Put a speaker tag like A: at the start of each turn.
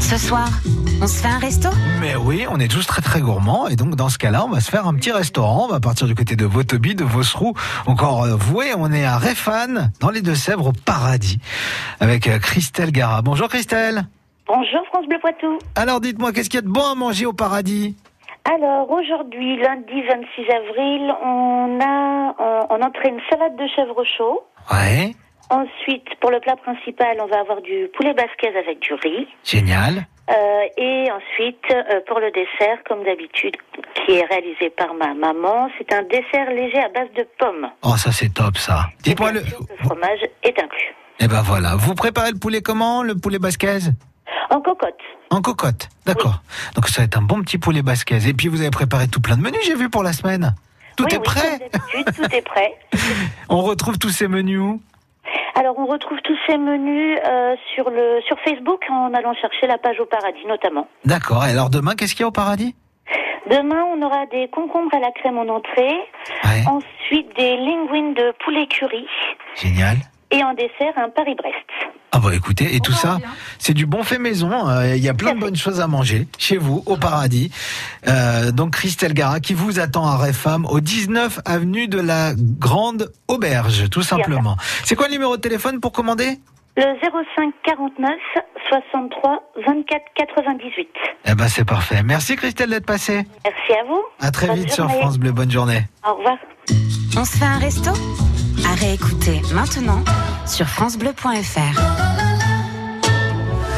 A: ce soir On se fait un resto
B: Mais oui, on est tous très très gourmands et donc dans ce cas-là, on va se faire un petit restaurant. On va partir du côté de Vautoby, de Vosroux, encore euh, voué. On est à Réfane, dans les Deux-Sèvres, au paradis, avec euh, Christelle Gara. Bonjour Christelle.
C: Bonjour France Bleu Poitou.
B: Alors dites-moi, qu'est-ce qu'il y a de bon à manger au paradis
C: Alors aujourd'hui, lundi 26 avril, on a on, on entrée une salade de chèvre chaud.
B: Ouais,
C: Ensuite, pour le plat principal, on va avoir du poulet basquez avec du riz.
B: génial.
C: Euh, et ensuite, euh, pour le dessert, comme d'habitude, qui est réalisé par ma maman, c'est un dessert léger à base de pommes.
B: Oh, ça c'est top ça. Dites-moi le.
C: Bien sûr, Le fromage est inclus.
B: Eh ben voilà, vous préparez le poulet comment Le poulet basquez
C: En cocotte.
B: En cocotte, d'accord. Donc ça va être un bon petit poulet basquez. Et puis vous avez préparé tout plein de menus, j'ai vu pour la semaine. Tout
C: Oui,
B: est
C: oui,
B: prêt.
C: Comme d'habitude, tout est prêt.
B: On retrouve tous ces menus où
C: Alors, on retrouve tous ces menus euh, sur, le, sur Facebook en allant chercher la page au paradis, notamment.
B: D'accord. Et alors demain, qu'est-ce qu'il y a au paradis
C: Demain, on aura des concombres à la crème en entrée.
B: Ouais,
C: Oh. Ensuite, des linguines de poulet curry.
B: génial.
C: Et en dessert, un Paris-Brest.
B: Ah bah écoutez, et tout ça, c'est du bon fait maison. euh, Il y a plein de bonnes choses à manger chez vous, au paradis. Euh, donc Christelle Gara qui vous attend à Réfam, au 19 avenue de la Grande Auberge, tout simplement. C'est quoi le numéro de téléphone pour commander
C: Le 05 49 63 24 98.
B: Eh ben c'est parfait. Merci Christelle d'être passée.
C: Merci à vous.
B: À très
C: Bonne
B: vite sur
C: journée.
B: France Bleu. Bonne journée.
C: Au revoir.
A: On se fait un resto À réécouter maintenant sur FranceBleu.fr.